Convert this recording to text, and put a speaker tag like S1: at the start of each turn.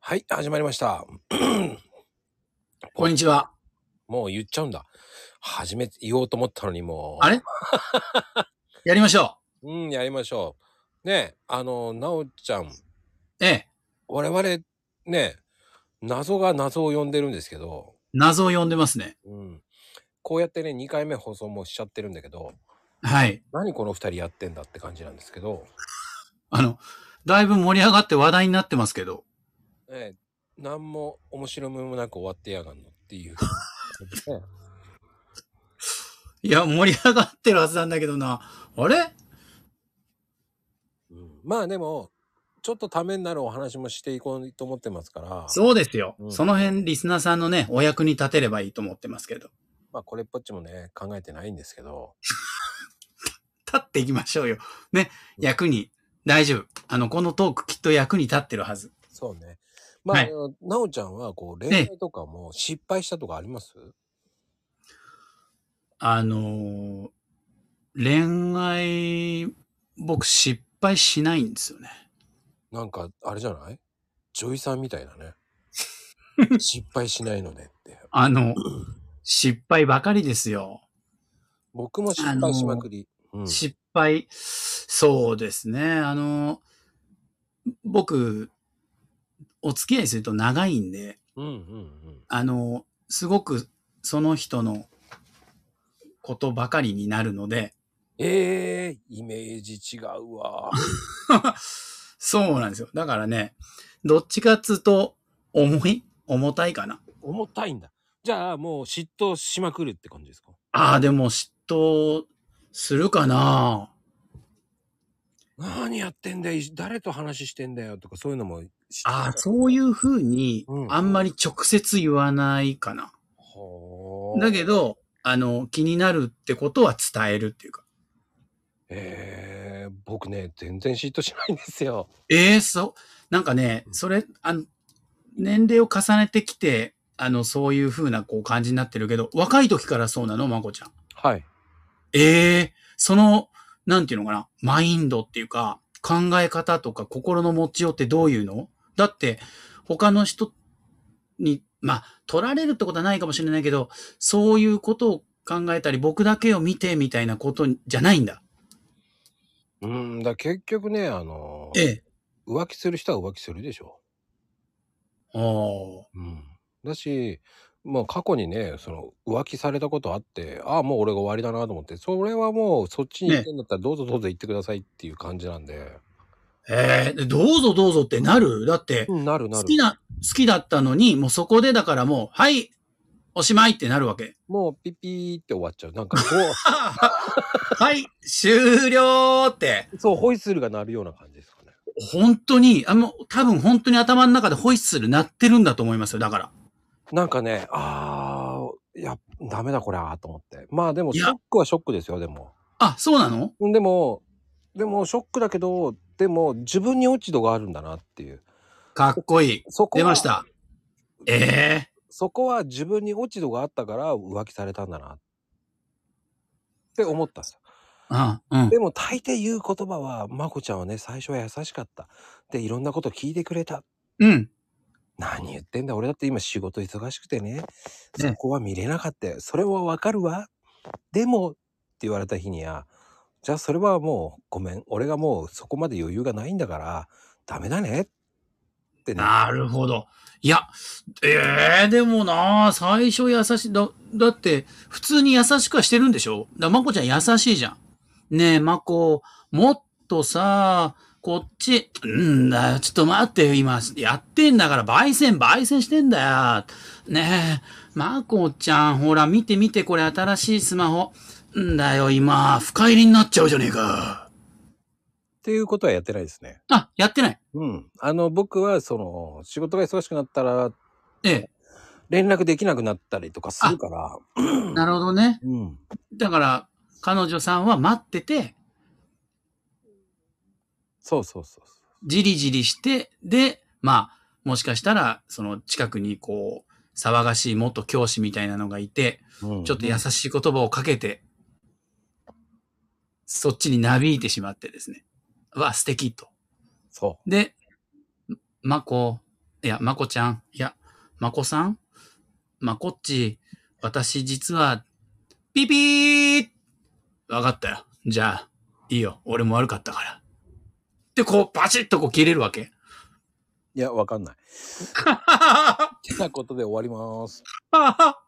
S1: はい、始まりました。
S2: こんにちは。
S1: もう言っちゃうんだ。初めて言おうと思ったのにも
S2: う。あれやりましょ
S1: う。うん、やりましょう。ねえ、あの、なおちゃん。
S2: ええ。
S1: 我々、ね、謎が謎を呼んでるんですけど。
S2: 謎を呼んでますね。
S1: うん。こうやってね、2回目放送もしちゃってるんだけど。
S2: はい。
S1: 何この2人やってんだって感じなんですけど。
S2: あの、だいぶ盛り上がって話題になってますけど。
S1: ええ、何も面白みもなく終わってやがんのって いう。
S2: いや、盛り上がってるはずなんだけどな。あれ、
S1: うん、まあでも、ちょっとためになるお話もしていこうと思ってますから。
S2: そうですよ。うん、その辺、リスナーさんのね、お役に立てればいいと思ってますけど。
S1: まあ、これっぽっちもね、考えてないんですけど。
S2: 立っていきましょうよ。ね、うん、役に。大丈夫。あの、このトークきっと役に立ってるはず。
S1: そうね。まあ、はい、なおちゃんは、こう、恋愛とかも失敗したとかあります
S2: あのー、恋愛、僕失敗しないんですよね。
S1: なんか、あれじゃない女医さんみたいな ね。失敗しないのねって。
S2: あ の、失敗ばかりですよ。
S1: 僕も失敗しまくり。
S2: うん、失敗、そうですね。あのー、僕、お付き合いすると長いんで、
S1: うんうんうん、
S2: あの、すごくその人のことばかりになるので。
S1: ええー、イメージ違うわ。
S2: そうなんですよ。だからね、どっちかっつうと、重い重たいかな。
S1: 重たいんだ。じゃあもう嫉妬しまくるって感じですか
S2: ああ、でも嫉妬するかな。
S1: 何やってんだよ、誰と話してんだよとかそういうのも
S2: ああ、そういうふうに、あんまり直接言わないかな。
S1: うん、
S2: だけど、あの、気になるってことは伝えるっていうか。
S1: ええー、僕ね、全然嫉妬しないんですよ。
S2: ええー、そう。なんかね、それ、あの、年齢を重ねてきて、あの、そういうふうなこう感じになってるけど、若い時からそうなの、まこちゃん。
S1: はい。
S2: ええー、その、なんていうのかな、マインドっていうか、考え方とか心の持ちようってどういうのだって、他の人に、まあ、取られるってことはないかもしれないけど、そういうことを考えたり、僕だけを見てみたいなことじゃないんだ。
S1: うん、だ結局ね、あの、
S2: ええ、
S1: 浮気する人は浮気するでしょ。
S2: ああ。
S1: うん。だし、まあ過去にね、その浮気されたことあって、ああ、もう俺が終わりだなと思って、それはもうそっちに行くんだったらどうぞどうぞ行ってくださいっていう感じなんで。ね
S2: えー、どうぞどうぞってなるだって、
S1: なるなる。
S2: 好きな、好きだったのに、もうそこでだからもう、はい、おしまいってなるわけ。
S1: もうピッピーって終わっちゃう。なんかこう。
S2: はい、終了って。
S1: そう、ホイッスルが鳴るような感じですかね。
S2: 本当に、あの、多分本当に頭の中でホイッスル鳴ってるんだと思いますよ、だから。
S1: なんかね、ああ、いや、ダメだこれは、と思って。まあでも、ショックはショックですよ、でも。
S2: あ、そうなの
S1: でも、でも、ショックだけど、でも自分に落ち度があるんだなっていう。
S2: かっこいい。
S1: そこ
S2: 出ました。ええー、
S1: そこは自分に落ち度があったから浮気されたんだなって思ったんですよ。
S2: ああうん、
S1: でも大抵言う言葉は、まこちゃんはね、最初は優しかった。で、いろんなこと聞いてくれた。
S2: うん。
S1: 何言ってんだ俺だって今仕事忙しくてね、そこは見れなかった。ね、それはわかるわ。でも、って言われた日には、じゃあそれはもうごめん。俺がもうそこまで余裕がないんだから、ダメだね。ってね。
S2: なるほど。いや、ええー、でもな、最初優しい。だ、だって、普通に優しくはしてるんでしょだ、まこちゃん優しいじゃん。ねえ、まこ、もっとさ、こっち、うんだよ、ちょっと待ってよ、今、やってんだから、焙煎、焙煎してんだよ。ねえ、まこちゃん、ほら、見て見て、これ新しいスマホ。んだよ、今、深入りになっちゃうじゃねえか。
S1: っていうことはやってないですね。
S2: あ、やってない。
S1: うん。あの、僕は、その、仕事が忙しくなったら、
S2: ええ。
S1: 連絡できなくなったりとかするから。
S2: なるほどね。
S1: うん。
S2: だから、彼女さんは待ってて、
S1: そうそうそう
S2: じりじりして、で、まあ、もしかしたら、その近くにこう、騒がしい元教師みたいなのがいて、うん、ちょっと優しい言葉をかけて、そっちになびいてしまってですね。わ、素敵と。。
S1: そう
S2: で、まこ、いや、まこちゃん、いや、まこさん、まこっち、私実は、ピピーわかったよ。じゃあ、いいよ。俺も悪かったから。で、こう、バチッとこう切れるわけ。
S1: いや、わかんない。てなことで終わります。
S2: はは